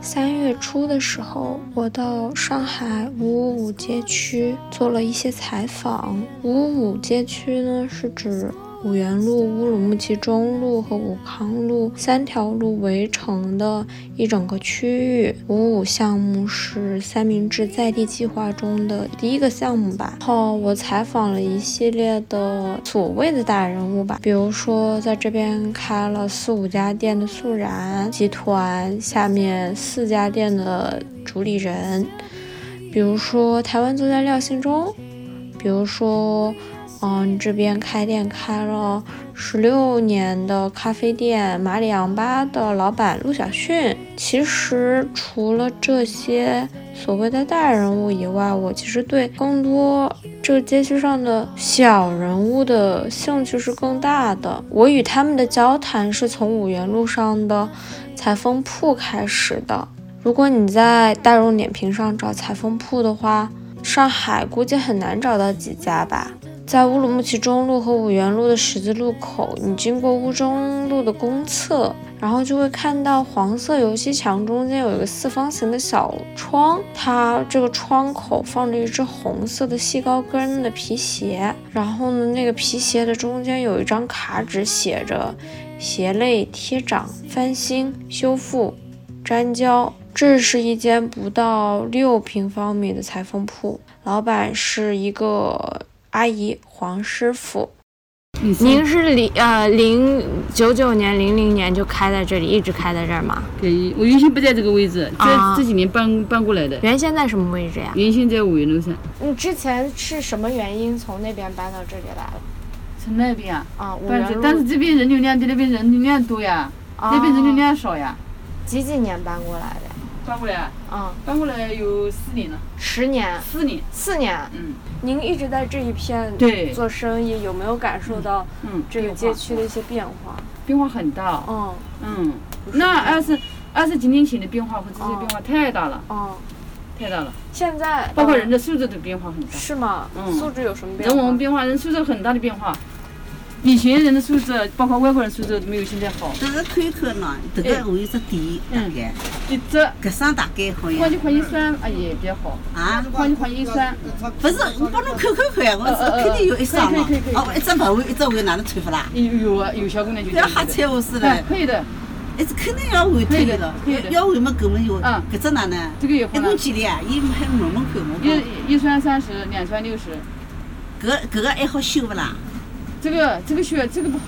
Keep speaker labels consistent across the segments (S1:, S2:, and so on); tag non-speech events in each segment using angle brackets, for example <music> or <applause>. S1: 三月初的时候，我到上海五五五街区做了一些采访。五五五街区呢，是指五原路、乌鲁木齐中路和武康路三条路围成的一整个区域。五五五项目是三明治在地计划中的第一个项目吧。然后我采访了一系列的所谓的大人物吧，比如说在这边开了四五家店的素然集团下面四家店的主理人，比如说台湾作家廖信忠，比如说。嗯，这边开店开了十六年的咖啡店马里昂巴的老板陆小迅。其实除了这些所谓的大人物以外，我其实对更多这个街区上的小人物的兴趣是更大的。我与他们的交谈是从五元路上的裁缝铺开始的。如果你在大众点评上找裁缝铺的话，上海估计很难找到几家吧。在乌鲁木齐中路和五原路的十字路口，你经过乌中路的公厕，然后就会看到黄色油漆墙中间有一个四方形的小窗，它这个窗口放着一只红色的细高跟的皮鞋，然后呢，那个皮鞋的中间有一张卡纸，写着鞋类贴掌、翻新、修复、粘胶。这是一间不到六平方米的裁缝铺，老板是一个。阿姨黄师傅，
S2: 您是零呃零九九年、零零年就开在这里，一直开在这儿吗？
S3: 对，我原先不在这个位置，这、
S2: 啊
S3: 这几年搬搬过来的。
S2: 原先在什么位置呀？
S3: 原先在五元路上，
S4: 你嗯之前是什么原因从那边搬到这里来的？
S3: 从那边啊，
S4: 啊，五
S3: 搬
S4: 元
S3: 去
S4: 路，
S3: 但是这边人流量比那边人流量多呀，那边人流
S4: 啊
S3: 量少呀。
S4: 几几年搬过来的呀？
S3: 搬过来啊，
S4: 嗯，
S3: 搬过来有四年了，
S4: 十年，
S3: 四年。
S4: 四年。
S3: 嗯
S1: 您一直在这一片
S3: 对
S1: 做生意，有没有感受到
S3: 嗯，
S1: 这个街区的一些变化？
S3: 变化很大。
S1: 嗯
S3: 嗯，那二十二十几年前的变化和这些
S1: 哦
S3: 变化太大了，
S1: 嗯，
S3: 太大了，
S1: 现在
S3: 包括人
S1: 嗯
S3: 的素质都变化很大。
S1: 是吗？
S3: 嗯
S1: 素质有什么变
S3: 人
S1: 化？
S3: 文变化，人素质很大的变化。以前人的素质，包括外国人素质，没有现在好。
S5: 但是看一看喏，迭个我有只店，大概
S3: 一直
S5: 搿双大概好
S3: 换
S5: 像
S3: 季换衣衫，哎也比较好。
S5: 啊，
S3: 换季换衣衫，
S5: 不是，我帮侬看看看呀，我
S3: 呃
S5: 只肯定有一双
S3: 可以可以可以
S5: 喏，哦，一只不换，一只换，哪能穿法啦？
S3: 有有啊，有小姑娘就
S5: 不要瞎猜我是
S3: 哎
S5: 嘞，
S3: 可以的，
S5: 一只肯定要换脱
S3: 可以
S5: 了
S3: 的可以，的
S5: 要换嘛搿么就
S3: 嗯
S5: 搿只哪能？
S3: 这个也
S5: 一
S3: 换了
S5: 共。几钿啊？伊还问问看，我讲
S3: 一一双三十，两双六十。
S5: 搿搿个还好修勿啦？
S3: 这个这个修这个不，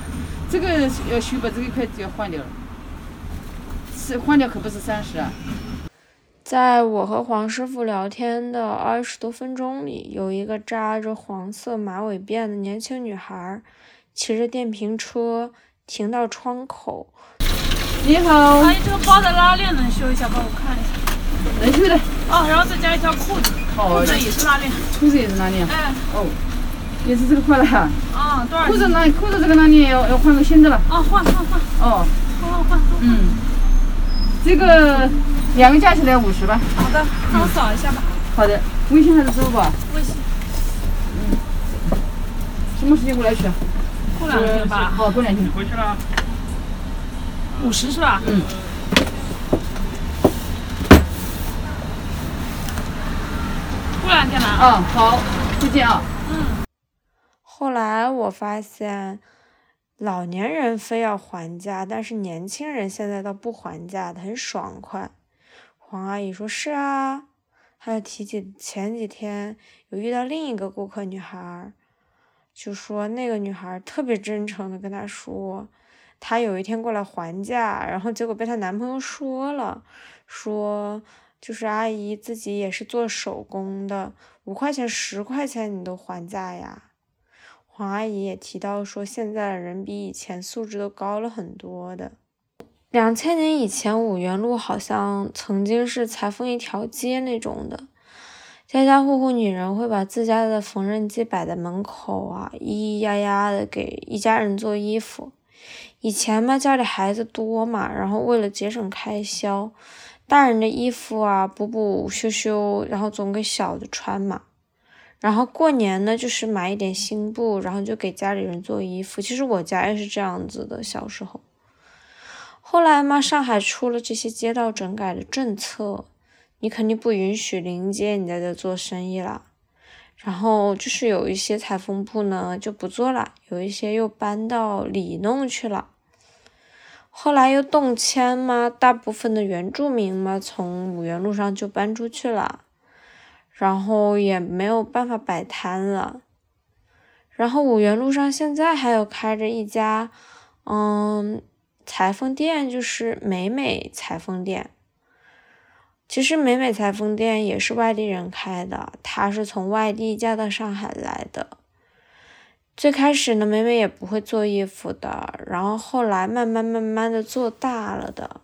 S3: 这个要修吧，这个快就要换掉了。是换掉可不是三十啊。
S1: 在我和黄师傅聊天的二十多分钟里，有一个扎着黄色马尾辫的年轻女孩，骑着电瓶车停到窗口，
S3: 你好，
S6: 阿姨，哎这个包的拉链能修一下，帮我看一下。
S3: 能修哎的。
S6: 哦，然后再加一条裤子，
S1: 哦
S3: 好
S6: 这，也是拉链。
S3: 裤子也是哪里啊？
S6: 哎，
S3: 哦，也是这个换了啊。
S6: 啊、
S1: 嗯
S6: 多少
S3: 裤
S6: 钱？
S3: 子哪裤子这个哪里要要换个新的了。
S6: 啊，换换换
S3: 哦，
S6: 换换换。
S3: 嗯，这个两个加起来五十吧。
S6: 好的，让我扫一下吧。
S3: 好的，微信还是支付宝啊？
S6: 微信
S3: 什么时间过来取啊？
S6: 过两天吧。
S3: 好，过两天。
S6: 五十是吧？
S3: 嗯。
S6: 过两天拿。
S3: 啊，好，再见啊。
S1: 后来我发现，老年人非要还价，但是年轻人现在倒不还价的，很爽快。黄阿姨说：“是啊。”还有提起前几天有遇到另一个顾客女孩儿，就说那个女孩儿特别真诚的跟她说，她有一天过来还价，然后结果被她男朋友说了，说就是阿姨自己也是做手工的，五块钱、十块钱你都还价呀。黄阿姨也提到说，现在的人比以前素质都高了很多的。两千年以前，五元路好像曾经是裁缝一条街那种的，家家户户女人会把自家的缝纫机摆在门口啊，咿咿呀呀的给一家人做衣服。以前嘛，家里孩子多嘛，然后为了节省开销，大人的衣服啊补补修修，然后总给小的穿嘛。然后过年呢，就是买一点新布，然后就给家里人做衣服。其实我家也是这样子的，小时候。后来嘛，上海出了这些街道整改的政策，你肯定不允许临街你在这做生意啦。然后就是有一些裁缝铺呢就不做了，有一些又搬到里弄去了。后来又动迁嘛，大部分的原住民嘛从五原路上就搬出去了，然后也没有办法摆摊了。然后五原路上现在还有开着一家，嗯，裁缝店，就是美美裁缝店。其实美美裁缝店也是外地人开的，她是从外地嫁到上海来的。最开始呢，美美也不会做衣服的，然后后来慢慢慢慢的做大了的。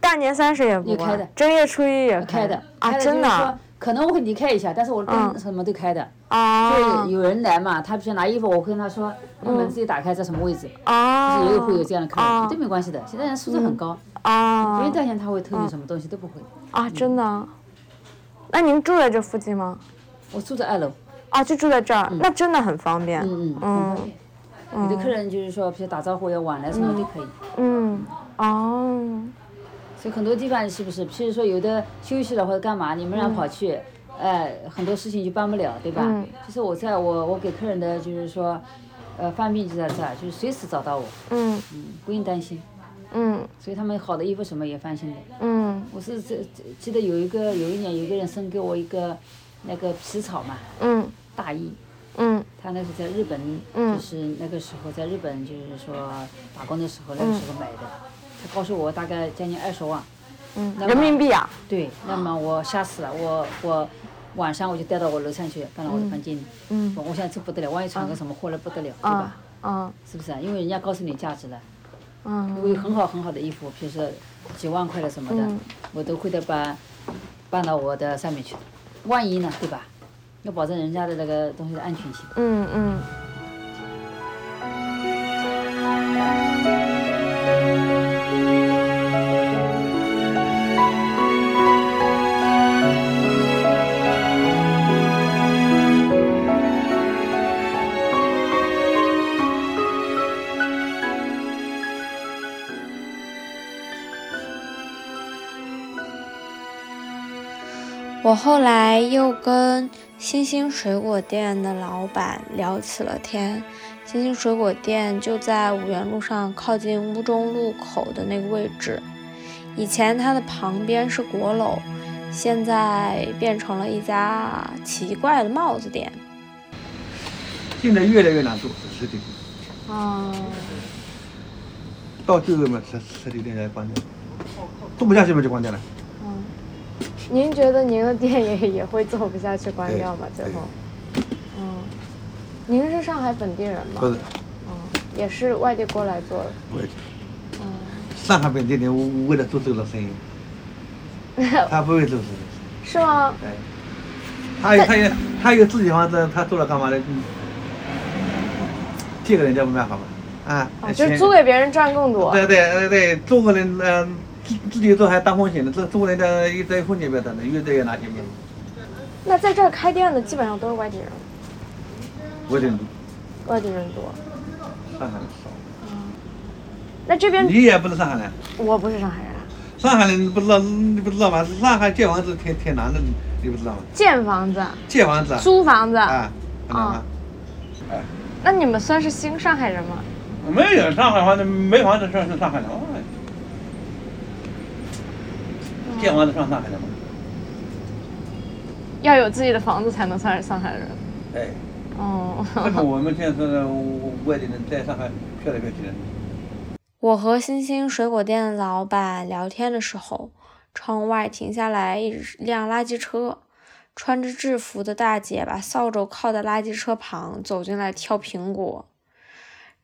S2: 大年三十也不
S7: 也开的
S2: 关，正月初一也
S7: 开的
S2: 啊，
S7: 开的
S2: 真
S7: 就是
S2: 的
S7: 说可能我会离开一下，但是我
S2: 嗯
S7: 跟什么都开的，
S2: 啊
S7: 就是有人来嘛，他必须拿衣服，我会跟他说，那门自己打开在什么位置，
S2: 啊
S7: 就是也有会有这样的客
S2: 嗯哦
S7: 人，都没关系的。现在人素质很高，不
S2: 啊
S7: 用担心他会偷你什么东西，都不会。
S2: 啊，真的啊。那您住在这附近吗？
S7: 我住在二楼，
S2: 啊，就住在这儿，那真的很方便。
S7: 嗯嗯，很
S2: 嗯
S7: 方便。有的客人就是说，比如打招呼要晚来什么都可以。
S2: 嗯，哦，
S7: 所以很多地方是不是，譬如说有的休息了或者干嘛，你们俩跑去，呃，很多事情就办不了，对吧？
S2: 嗯
S7: 就是我在我我给客人的就是说，呃，方便就在这儿，就是随时找到我，
S2: 嗯
S7: 嗯，不用担心。
S2: 嗯
S7: 所以他们好的衣服什么也放心的。
S2: 嗯
S7: 我是这这记得有一个有一年有一个人送给我一个那个皮草嘛
S2: 嗯
S7: 大衣，
S2: 嗯
S7: 他那是在日本，
S2: 嗯
S7: 就是那个时候在日本就是说打工的时候那个时候买的，他告诉我大概将近二十万。
S2: 嗯，
S7: 那么
S2: 人民币啊，
S7: 对，那么我吓死了，我我晚上我就带到我楼上去，搬到我的房间里。
S2: 嗯
S7: 我我想这不得了，万一闯个什么祸了不得了，
S2: 啊
S7: 对吧？
S2: 啊
S7: 是不是啊？因为人家告诉你价值了，
S2: 嗯
S7: 我有很好很好的衣服，比如说几万块的什么的，
S2: 嗯
S7: 我都会的搬搬到我的上面去。万一呢，对吧？要保证人家的那个东西的安全性。
S2: 嗯嗯。
S1: 我后来又跟星星水果店的老板聊起了天。星星水果店就在五原路上靠近乌中路口的那个位置。以前它的旁边是阁楼，现在变成了一家奇怪的帽子店。
S8: 现在越来越难做实体店，
S2: 哦，
S8: 到最后嘛，实实体店才关掉，做不下去嘛就关掉了。
S4: 您觉得您的店也也会做不下去关掉吗？最
S8: 对
S4: 后，嗯，您是上海本地人吗？
S8: 不是，
S4: 也是外地过来做的。
S8: 我上海本地人我为了做这个生意，他不会做生意，
S4: 是吗？
S8: 哎，他有他有他有自己房子，他做了干嘛的？嗯借给人家没办法嘛，啊，
S4: 啊，就
S8: 钱
S4: 是租给别人赚更多。
S8: 对对对对，中国人嗯、呃自自己做还当风险的，这中国人的一在风险标准的越来越拿前面，
S4: 那在这儿开店的基本上都是外地人，
S8: 我点
S4: 外地人多。
S8: 上海人少，
S4: 那这边
S8: 你也不是上海人。
S4: 我不是上海人啊，
S8: 上海人你不知道你不知道吗？上海建房子挺挺难的，你你不知道吗？
S4: 建房子、
S8: 建房子啊，
S4: 租房子，
S8: 啊，很难吗？
S4: 那你们算是新上海人吗？
S9: 没有上海房子，没房子算是上海人吗？建房子算上海人吗？
S4: 要有自己的房子才能算是上海人。
S9: 哎，
S4: 哦，
S9: 这个我们现在的外地人在上海飘来飘去的。
S1: 我和星星水果店的老板聊天的时候，窗外停下来一辆垃圾车，穿着制服的大姐把扫帚靠在垃圾车旁，走进来挑苹果。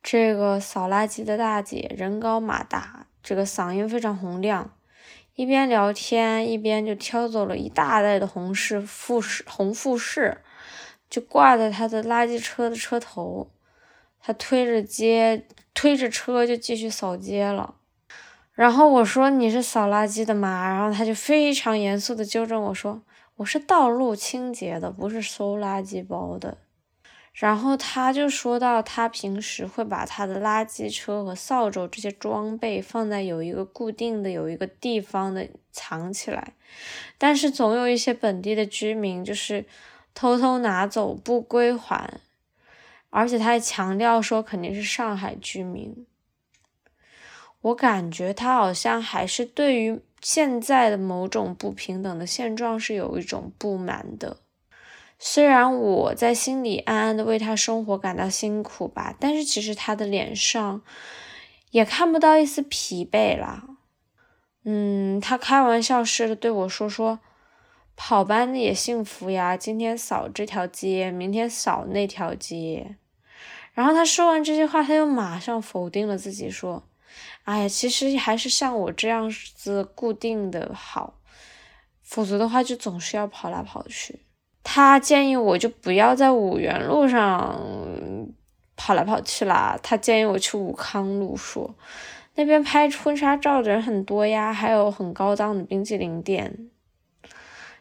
S1: 这个扫垃圾的大姐人高马大，这个嗓音非常洪亮，一边聊天一边就挑走了一大袋的红饰富士红富士，就挂在她的垃圾车的车头。她推着街推着车就继续扫街了。然后我说你是扫垃圾的吗？然后他就非常严肃的纠正我说我是道路清洁的，不是收垃圾包的。然后他就说到，他平时会把他的垃圾车和扫帚这些装备放在有一个固定的、有一个地方的藏起来，但是总有一些本地的居民就是偷偷拿走不归还，而且他还强调说肯定是上海居民。我感觉他好像还是对于现在的某种不平等的现状是有一种不满的。虽然我在心里暗暗的为他生活感到辛苦吧，但是其实他的脸上也看不到一丝疲惫啦。嗯，他开玩笑似的对我说说，跑班的也幸福呀，今天扫这条街，明天扫那条街。然后他说完这句话，他又马上否定了自己，说：“哎呀，其实还是像我这样子固定的好，否则的话就总是要跑来跑去。”他建议我就不要在五元路上跑来跑去啦，他建议我去武康路说，那边拍婚纱照的人很多呀，还有很高档的冰淇淋店。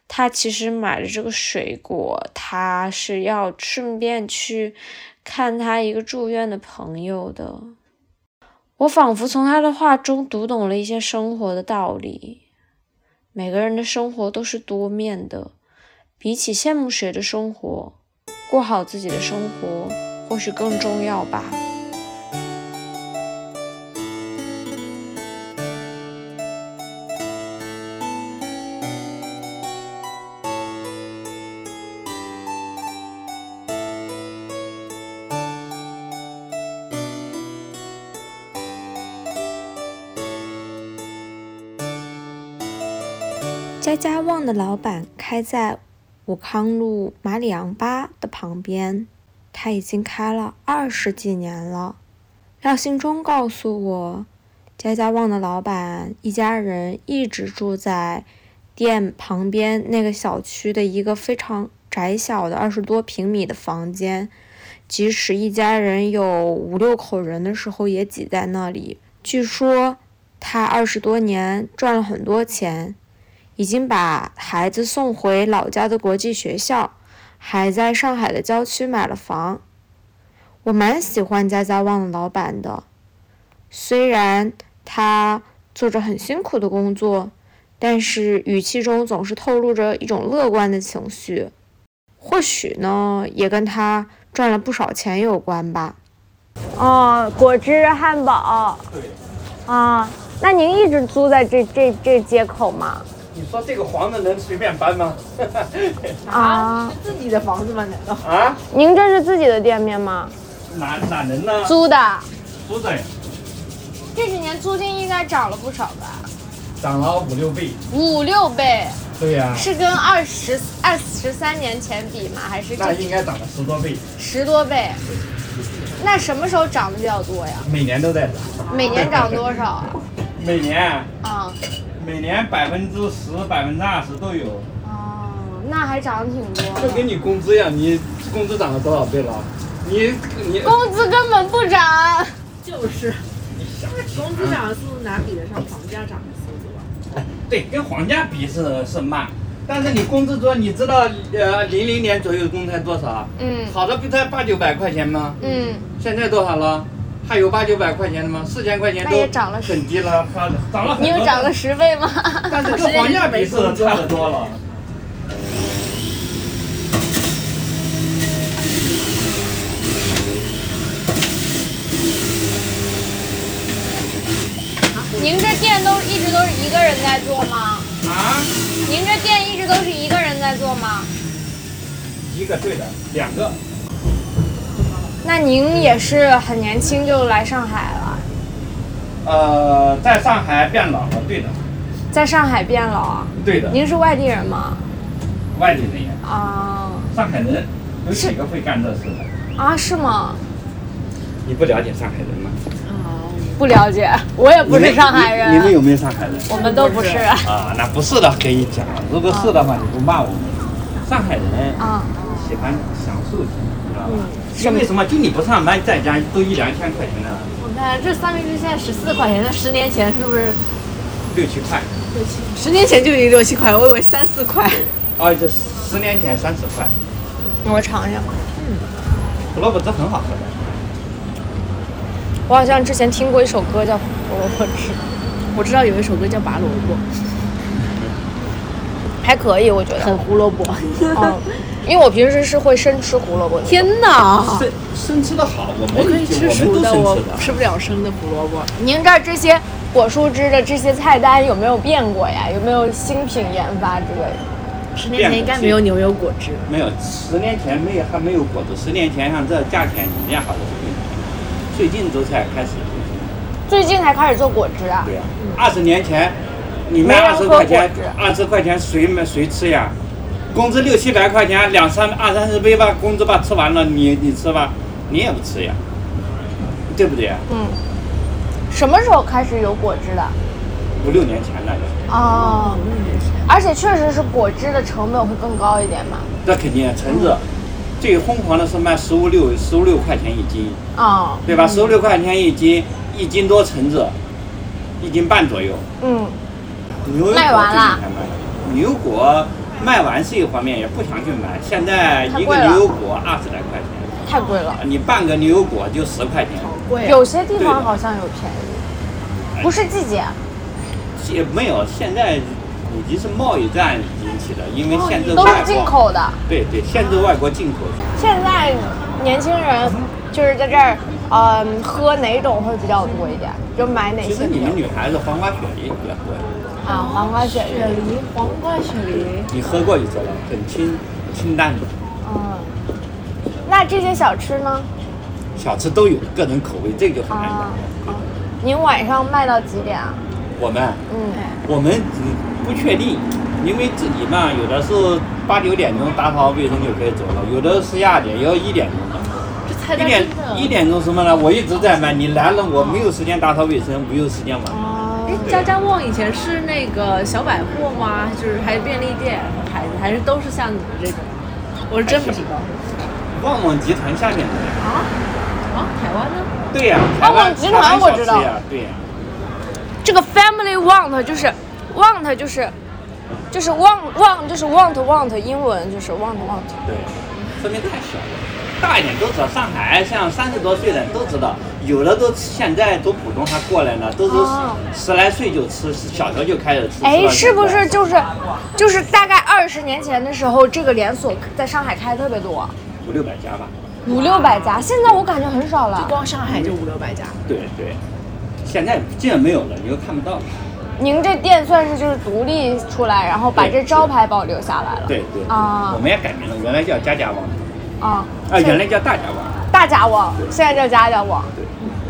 S1: 他其实买了这个水果，他是要顺便去看他一个住院的朋友的。我仿佛从他的话中读懂了一些生活的道理。每个人的生活都是多面的。比起羡慕谁的生活，过好自己的生活或许更重要吧。家家旺的老板开在。武康路马里昂巴的旁边，他已经开了二十几年了。廖兴忠告诉我，家家旺的老板一家人一直住在店旁边那个小区的一个非常窄小的二十多平米的房间，即使一家人有五六口人的时候，也挤在那里。据说他二十多年赚了很多钱。已经把孩子送回老家的国际学校，还在上海的郊区买了房。我蛮喜欢家家旺的老板的，虽然他做着很辛苦的工作，但是语气中总是透露着一种乐观的情绪。或许呢，也跟他赚了不少钱有关吧。
S4: 哦，果汁汉堡。啊，那您一直租在这这这街口吗？
S10: 你说这个房子能随便
S11: <laughs>
S10: 搬吗？
S4: 啊，
S11: 自己的房子吗？难道？
S10: 啊，
S4: 您这是自己的店面吗？
S10: 哪哪能呢？
S4: 租的。
S10: 租的。
S11: 这几年租金应该涨了不少吧？
S10: 涨了五六倍。
S11: 五六倍。
S10: 对呀、啊。
S11: 是跟二十二十三年前比吗？还是？
S10: 那应该涨了十多倍。
S11: 十多倍。那什么时候涨的比较多呀？
S10: 每年都在涨。
S11: 每年涨多少啊？
S10: 每年。
S11: 啊、嗯。
S10: 每年百分之十、百分之二十都有。
S11: 哦，那还涨挺多。
S10: 就跟你工资一样，你工资涨了多少倍了？你你
S11: 工资根本不涨。就是。
S10: 你想，
S11: 工资涨的速度哪比得上房价涨的速度啊？
S10: 哎，对，跟房价比是是慢，但是你工资多，你知道呃零零年左右的工资多少？
S11: 嗯。
S10: 好的不才八九百块钱吗？
S11: 嗯。
S10: 现在多少了？还有八九百块钱的吗？四千块钱都很低了，它涨了。
S11: 你又涨了十倍吗？ <laughs>
S10: 但是跟房价比是差的多了。
S11: 您这店都一直都是一个人在做吗？
S10: 啊？
S11: 您这店一直都是一个人在做吗？
S10: 一个对的，两个。
S11: 那您也是很年轻就来上海了？
S10: 呃，在上海变老了，对的。
S11: 在上海变老啊？
S10: 对的。
S11: 您是外地人吗？
S10: 外地人呀。
S11: 啊。
S10: 上海人有几个会干这事的？
S11: 啊，是吗？
S10: 你不了解上海人吗？
S11: 哦，不了解，我也不是上海人。
S10: 你们有没有上海人？
S11: 我们都不是。
S10: 啊，那不是的可以讲，如果是的话你不骂我们。上海人
S11: 啊，嗯
S10: 喜欢享受，你知道吧？因为什么？就你不上班，在家都一两千块钱的。
S11: 我看这三明治现在十四块钱，那十年前是不是
S10: 六七块？
S11: 六七。十年前就已经六七块，我以为三四块。
S10: 哦，这十年前三十块。
S11: 我尝尝。
S10: 嗯。胡萝卜汁很好喝的。
S1: 我好像之前听过一首歌叫《胡萝卜汁》，我知道有一首歌叫《拔萝卜》，还可以，我觉得。
S12: 很胡萝卜。
S1: 哦，因为我平时是会生吃胡萝卜的。
S13: 天
S11: 哦
S13: 哪！
S10: 生生吃的好，我们
S1: 哎我可以吃熟的，我吃不了生的胡萝卜。您这儿这些果蔬汁的这些菜单有没有变过呀？有没有新品研发之类的？
S10: 十
S1: 十年前应该没有牛油果汁。
S10: 没有，十年前没有还没有果子，十年前像这价钱人家好的水平，最近都才开始。
S1: 最近才开始做果汁啊？
S10: 对呀、二十年前你卖二十块钱，二十块钱谁买谁吃呀？工资六七百块钱，两三二三十杯吧，工资吧吃完了，你你吃吧，你也不吃呀，对不对呀？
S1: 嗯。什么时候开始有果汁的？
S10: 五六年前了就，
S1: 哦，而且确实是果汁的成本会更高一点嘛。
S10: 那肯定橙子最疯狂的是卖十五六十五六块钱一斤，
S1: 哦，
S10: 对吧？十五六块钱一斤，一斤多橙子，一斤半左右。
S1: 嗯，
S10: 牛油果最近才
S1: 卖完了
S10: 卖牛油果卖完是一方面，也不想去买。现在
S1: 太
S10: 一
S1: 贵
S10: 个
S1: 了
S10: 牛油果二十来块钱，
S1: 太贵了。
S10: 你半个牛油果就十块钱，
S1: 有些地
S10: 对
S1: 方
S10: 的
S1: 好像有便宜，不是季节。
S10: 也没有。现在已经是贸易战引起的，因为限制
S1: 都
S10: 外
S1: 是
S10: 国，
S1: 进口啊的。
S10: 对对，限制外国进口。
S1: 现在年轻人就是在这儿，嗯，喝哪种会比较多一点？就买哪
S10: 其
S1: 些
S10: 实你们女孩子黄瓜雪梨比较多，
S1: 啊？黄瓜雪
S10: 雪
S1: 梨，黄瓜雪梨。
S10: 你喝过一次了，很清清淡的，
S1: 嗯，那这些小吃呢？
S10: 小吃都有，个人口味这个就很
S1: 嗯
S10: 难
S1: 啊
S10: 讲。
S1: 您晚上卖到几点啊？
S10: 我们啊
S1: 嗯，
S10: 我们嗯不确定，因为自己嘛，有的是八九点钟打扫卫生就可以走了，有的是十二点，也有一点钟的。一点一点钟什么呢？我一直在卖，你来了我没有时间打扫卫生，没有时间玩。
S11: 哎家家旺以前是那个小百货吗？就是还有便利店牌子，还是都是像你这种？我是真不知道。
S10: 旺旺集团下面的，
S11: 啊，台湾呢？
S10: 对呀、
S11: 旺
S10: 台
S11: 旺
S10: 湾
S11: 集团
S10: 台湾小
S11: 我知道
S10: 吃呀，对呀、
S1: 这个 family want 就是 want 就是就是 want want 就是 want want 英文就是 want want。
S14: 啊
S10: 对，说明太小了。大一点都知道，上海像三十多岁的都知道，有的都现在都普通话过来了，都是
S1: 哦
S10: 十来岁就吃，小时候就开始吃。吃
S1: 哎，
S10: 到
S1: 是不
S10: 现在
S1: 是就是就是大概二十年前的时候，这个连锁在上海开特别多，
S10: 五六百家吧？
S1: 五六百家，现在我感觉很少了。就
S11: 光上海就五六百家。
S10: 对对，现在基本没有了，你都看不到了。
S1: 您这店算是就是独立出来，然后把这招牌保留下来了。
S10: 对哦对，
S1: 啊
S10: 我们也改名了，原来叫家家网，
S1: 啊，
S10: 啊，原来叫大家网，
S1: 大家网，现在叫家家网。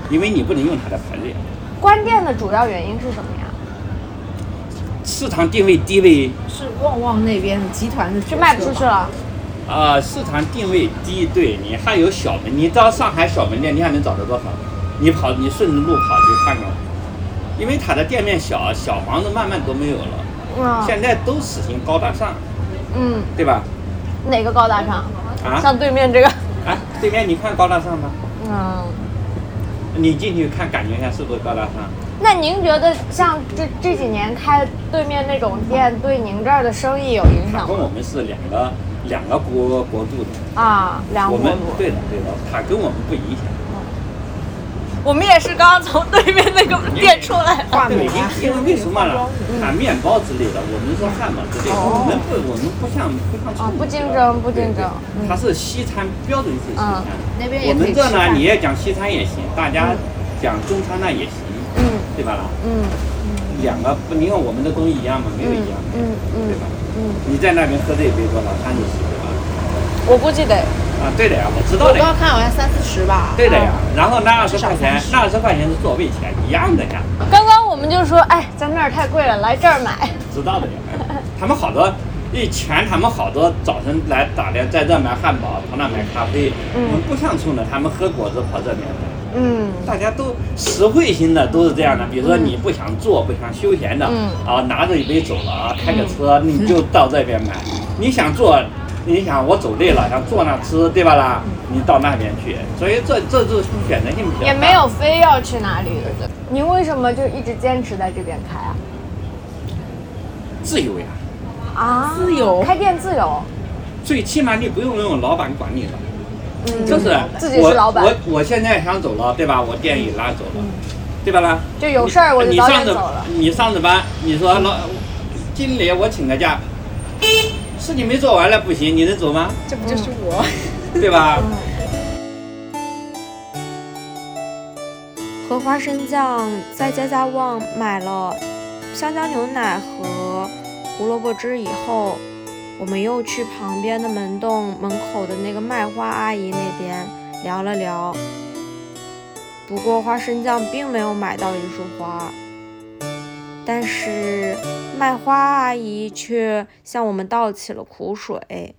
S10: 因为你不能用它的牌子呀，
S1: 关店的主要原因是什么呀？
S10: 市场定位低位，
S11: 是旺旺那边集团的
S1: 就卖不出去了。
S10: 啊、市场定位低，对你还有小门，你到上海小门店，你还能找到多少？你跑，你顺着路跑就看看，因为它的店面小，小房子慢慢都没有了，
S1: 嗯
S10: 现在都实行高大上，
S1: 嗯，
S10: 对吧？
S1: 哪个高大上？
S10: 啊
S1: 像对面这个，
S10: 啊，对面你看高大上吗？
S1: 嗯。
S10: 你进去看，感觉一下是不是高大上？
S1: 那您觉得像这这几年开对面那种店，对您这儿的生意有影
S10: 它
S1: 响
S10: 跟
S1: 吗？
S10: 我们是两个两个国国度的，
S1: 啊，两
S10: 我
S1: 国
S10: 们对的对的，它跟我们不影响。
S1: 我们也是刚刚从对面那个店出来。
S10: 啊对，因因为为什么呢？它啊面包之类的，我们说汉堡之类的，我们不我们不像不
S1: 啊
S10: 像中，
S1: 哦不
S10: 国
S1: 竞争，不竞争。
S10: 它是西餐标准是西餐
S1: 嗯，那边
S10: 我
S1: 也可以
S10: 们这
S1: 吃
S10: 呢
S1: 饭
S10: 你也讲西餐也行，大家讲中餐那也行，
S1: 嗯
S10: 对吧啦？
S1: 嗯
S10: 两个不，你看我们的东西一样吗？没有一样。
S1: 嗯嗯嗯，
S10: 你在那边喝这一杯多少？三十十对吧？
S1: 我估计得。
S10: 啊，对的呀，我知道
S11: 我
S10: 的呀。
S11: 刚看好像三四十吧。
S10: 对的呀，
S1: 嗯
S10: 然后那二十块钱，那二十块钱是座位钱，一样的呀，
S1: <laughs> 刚刚我们就说，哎，咱那儿太贵了，来这儿买。
S10: 知道的呀。他们好多以前他们好多早晨来打的，在这买汉堡，跑那买咖啡，
S1: 嗯
S10: 我们不像冲的，他们喝果汁跑这边买。
S1: 嗯，
S10: 大家都实惠型的都是这样的，比如说你不想坐、不想休闲的，
S1: 嗯
S10: 啊，拿着一杯走了啊，开个车你就到这边买。你想坐，你想我走累了想坐那吃，对吧啦？你到那边去，所以这这就是选择性比较
S1: 也
S10: 大。
S1: 没有非要去哪里的。您为什么就一直坚持在这边开啊？
S10: 自由呀，
S1: 啊，自由，开店自由。
S10: 最起码你不用用老板管你了，
S11: 嗯
S10: 就是
S11: 自己是老板嗯
S10: 我我我现在想走了，对吧？我店也拉走了，对吧啦？
S11: 就有事儿我就
S10: 你
S11: 早
S10: 上
S11: 点
S10: 着
S11: 走了。
S10: 你上着班，你说老经理我请个假，事情没做完了不行，你能走吗？
S6: 这不就是我？
S10: 对吧？
S11: 嗯
S1: 和花生酱在家家旺买了香蕉牛奶和胡萝卜汁以后，我们又去旁边的门洞门口的那个卖花阿姨那边聊了聊。不过花生酱并没有买到一束花，但是卖花阿姨却向我们倒起了苦水。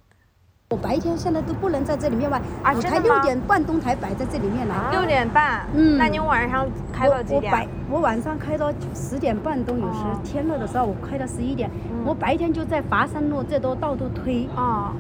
S14: 我白天现在都不能在这里面玩，
S1: 啊
S14: 我才
S1: 真的吗
S14: 六点半钟才摆在这里面来。
S4: 六点半，
S14: 嗯，
S4: 那您晚上开到几
S14: 我我
S4: 点？
S14: 白我晚上开到十点半钟，有时
S4: 哦
S14: 天热的时候我开到十一点。
S4: 嗯
S14: 我白天就在华山路这都到处推
S4: 啊，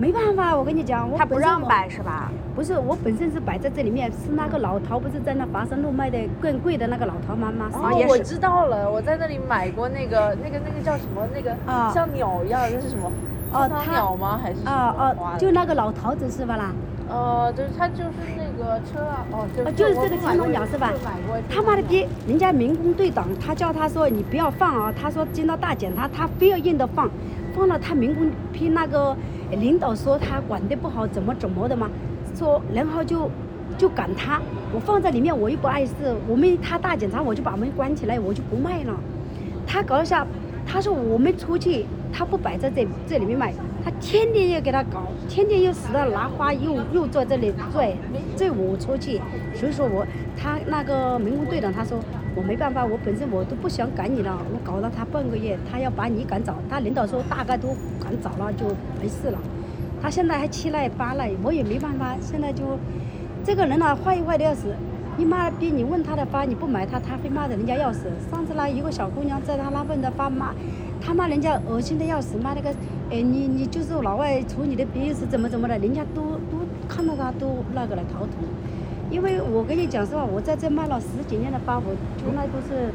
S14: 没办法，我跟你讲，我
S4: 他不
S14: 本身
S4: 让
S14: 我
S4: 摆是吧？
S14: 不是，我本身是摆在这里面，是那个老陶，不是在那华山路卖的更贵的那个老陶妈妈。
S15: 哦，我知道了，我在那里买过那个那个那个叫什么那个
S14: 啊
S15: 像鸟一样的，那是什么？
S14: 哦，
S15: 苍
S14: 他
S15: 蝇鸟吗？还是什么
S4: 哦
S14: 啊
S15: 花
S14: 啊，
S15: 的
S14: 就那个老陶子是吧啦？
S15: 呃，就是它就是那个车啊，哦，
S14: 啊，
S15: 是
S14: 就是
S15: 我
S14: 这个
S15: 买过
S14: 青龙鸟是吧
S15: 就买过这？个
S14: 他妈的逼！人家民工队长他叫他说你不要放啊，他说经到大检查，他非要硬的放，放了他民工批那个领导说他管的不好，怎么怎么的嘛，说然后就就赶他，我放在里面我又不碍事，我们他大检查我就把门关起来，我就不卖了。他搞一下，他说我们出去，他不摆在这这里面卖，他天天要给他搞，天天又死到拿花，又又坐这里拽拽我出去。所以说我他那个民工队长他说我没办法，我本身我都不想赶你了，我搞了他半个月，他要把你赶走，他领导说大概都赶走了就没事了。他现在还七赖八赖，我也没办法，现在就这个人啊，坏也坏的要死。你妈逼！你问他的发，你不买他，他非骂的人家要死。上次呢，一个小姑娘在他那问的发骂，他骂人家恶心的要死，骂那个，哎，你你就是老外处你的鼻子怎么怎么的，人家都都看到他都那个了头疼。因为我跟你讲实话，我在这卖了十几年的发，我从来都是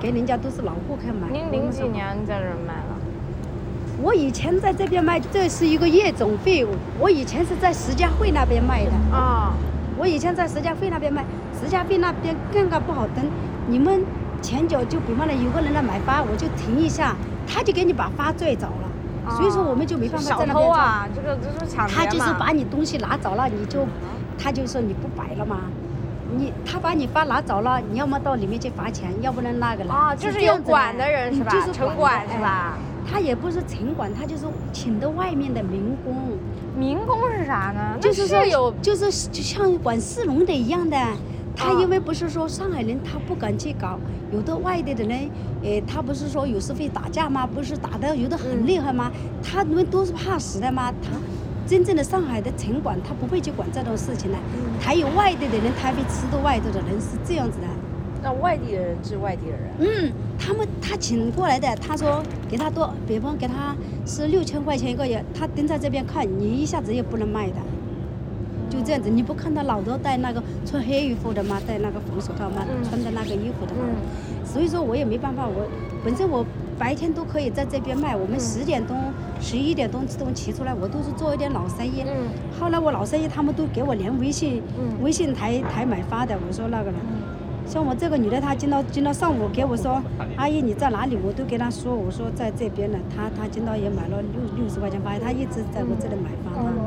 S14: 给人家都是老顾客买。
S4: 您零几年在这儿买了？
S14: 我以前在这边卖，这是一个夜总会。我以前是在石家汇那边卖的。
S4: 啊、
S14: 我以前在石家汇那边卖，石家汇那边更加不好登。你们前脚就比方说有个人来买花，我就停一下，他就给你把花拽走
S4: 哦
S14: 了。所以说我们就没办法在
S4: 小
S14: 那边
S4: 偷
S14: 做
S4: 啊，这个这是抢劫嘛
S14: 他就是把你东西拿走了，你就，他就说你不摆了吗？你他把你花拿走了，你要么到里面去罚钱，要不然那个了。
S4: 啊就是
S14: 这样
S4: 有
S14: 子
S4: 管
S14: 的嗯
S4: 的人是吧
S14: 就是
S4: 城
S14: 管
S4: 管
S14: 的
S4: 是吧？
S14: 哎他也不是城管，他就是请的外面的民工。
S4: 民工是啥呢？
S14: 就是
S4: 那
S14: 说
S4: 是有，
S14: 就是就像管市容的一样的。他
S4: 啊
S14: 因为不是说上海人，他不敢去搞，有的外地的人，呃，他不是说有时会打架吗？不是打的有的很厉害吗？
S4: 嗯
S14: 他们都是怕死的吗？他真正的上海的城管，他不会去管这种事情的。
S4: 嗯
S14: 还有外地的人，他会吃到外地的人是这样子的。
S15: 那外地的人治外地的人，
S14: 嗯，他们他请过来的，他说给他多，比方给他是六千块钱一个月，他盯在这边看，你一下子也不能卖的，就这样子。你不看他老多戴那个穿黑衣服的吗？戴那个红手套吗？穿的那个衣服的吗？所以说我也没办法，我本身我白天都可以在这边卖，我们十点钟、十一点钟自动骑出来，我都是做一点老生意。后来我老生意他们都给我连微信，微信台台买发的，我说那个了。像我这个女的，她今到今到上午给我说，阿姨你在哪里？我都给她说，我说在这边呢。她她今到也买了六六十块钱发，她一直在我这里买发呢。
S4: 嗯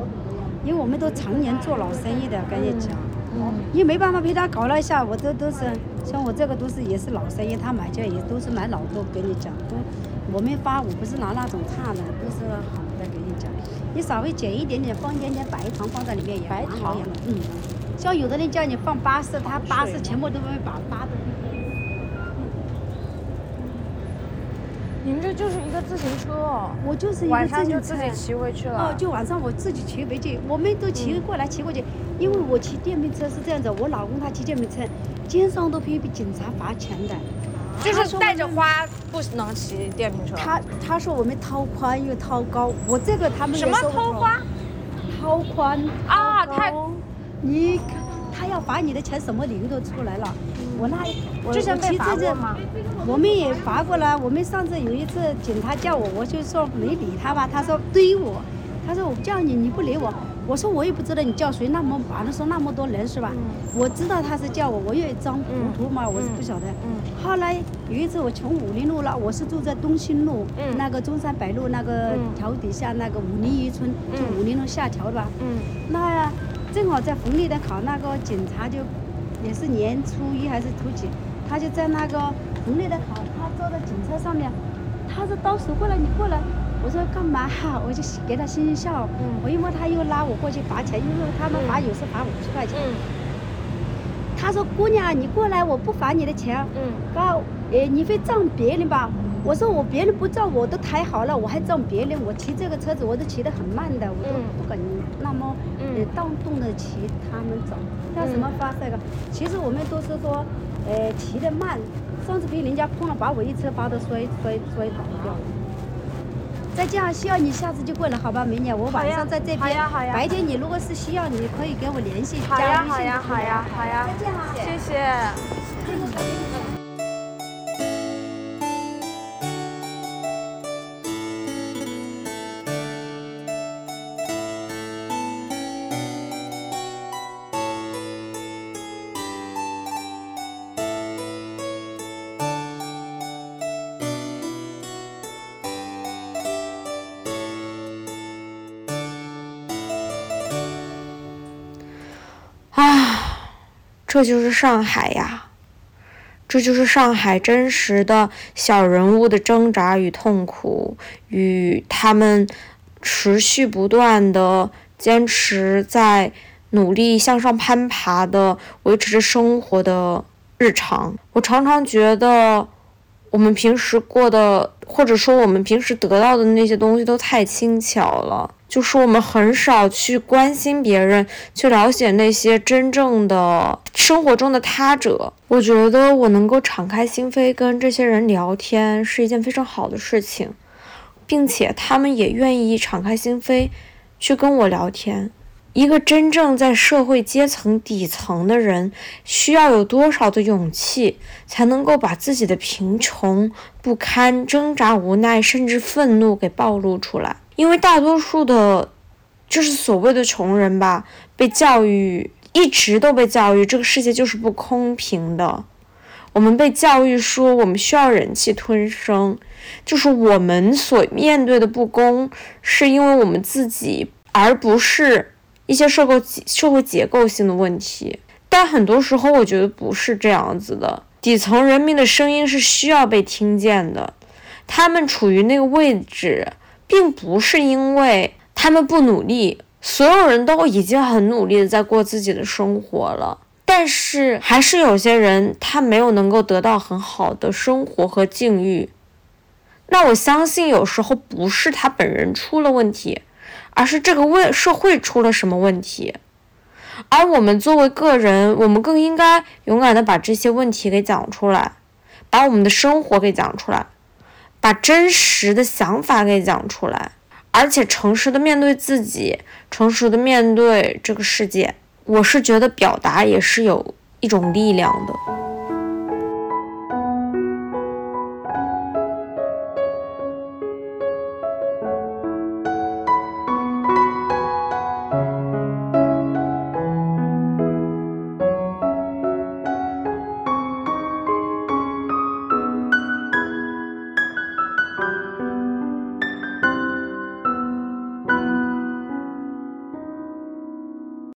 S14: 因为我们都常年做老生意的，跟你讲，
S4: 嗯
S14: 也没办法陪她搞了一下，我这都是像我这个都是也是老生意，她买这也都是买老多，跟你讲都。我们发我不是拿那种差的，都是好的，跟你讲。你稍微减一点点，放一点点白糖放在里面也蛮好养的。嗯，像有的人叫你放巴士，他巴士全部都会把巴
S4: 嗯
S14: 都。
S4: 您这就是一个自行车哦。
S14: 我就是一个
S4: 晚上就
S14: 自行
S4: 自
S14: 车
S4: 己骑回去了。
S14: 哦，就晚上我自己骑回去，我们都骑
S4: 嗯
S14: 过来骑过去，因为我骑电瓶车是这样子，我老公他骑电瓶车，经常都被被警察罚钱的。
S4: 哦就是带着花不能骑电瓶车。
S14: 他他说我们掏宽又掏高，我这个他们也
S4: 什么
S14: 说我
S4: 掏花？
S14: 掏宽啊，
S15: 哦
S14: 他你看他要罚你的钱，什么理由都出来了。我那嗯我
S4: 之前被
S14: 我骑
S4: 罚
S14: 自行
S4: 过
S14: <laughs>
S4: 吗
S14: 我们也罚过了。我们上次有一次警察叫我，我就说没理他吧，他说追我，他说我叫你你不理我，我我说我也不知道你叫谁，那么马路上那么多人是吧？我知道他是叫我，我也装糊涂嘛，我是不晓得。后来有一次我从武林路了，我是住在东兴路，那个中山北路那个桥底下那个武林渔村，就武林路下桥的吧。那正好在红绿灯口，那个警察就也是年初一还是初几，他就在那个红绿灯口，他坐在警车上面，他说到时过来，你过来。我说干嘛？我就给他心心笑。我因为他又拉我过去罚钱，因为他们罚有时罚五十块钱。他说：“姑娘，你过来，我不罚你的钱。”嗯。爸，诶，你会撞别人吧？我说我别人不撞我都抬好了，我还撞别人？我骑这个车子我都骑得很慢的，我都不敢那么呃当动的骑他们走。要什么发这个？其实我们都是说，呃，骑得慢。上次被人家碰了，把我一车把都摔摔摔倒掉了。再这样，需要你下次就过来，好吧？美女，我晚上在这边。
S4: 好呀好呀
S14: 白天你如果是需要，你可以给我联系，
S4: 好
S14: 加
S4: 呀
S14: 微
S4: 好
S14: 信
S4: 呀
S14: 就可以
S4: 好呀
S14: 了
S4: 好呀，
S14: 再见哈，
S4: 谢谢。
S1: 啊，这就是上海呀！这就是上海真实的小人物的挣扎与痛苦，与他们持续不断的坚持在努力向上攀爬的维持着生活的日常。我常常觉得，我们平时过的，或者说我们平时得到的那些东西都太轻巧了，就是我们很少去关心别人，去了解那些真正的生活中的他者。我觉得我能够敞开心扉跟这些人聊天是一件非常好的事情，并且他们也愿意敞开心扉去跟我聊天。一个真正在社会阶层底层的人，需要有多少的勇气，才能够把自己的贫穷、不堪、挣扎、无奈，甚至愤怒给暴露出来？因为大多数的，就是所谓的穷人吧，被教育一直都被教育，这个世界就是不公平的。我们被教育说，我们需要忍气吞声，就是我们所面对的不公，是因为我们自己，而不是一些社会社会结构性的问题。但很多时候，我觉得不是这样子的。底层人民的声音是需要被听见的，他们处于那个位置，并不是因为他们不努力，所有人都已经很努力的在过自己的生活了。但是还是有些人他没有能够得到很好的生活和境遇，那我相信有时候不是他本人出了问题，而是这个问社会出了什么问题。而我们作为个人，我们更应该勇敢的把这些问题给讲出来，把我们的生活给讲出来，把真实的想法给讲出来，而且诚实的面对自己，诚实的面对这个世界。我是觉得表达也是有一种力量的。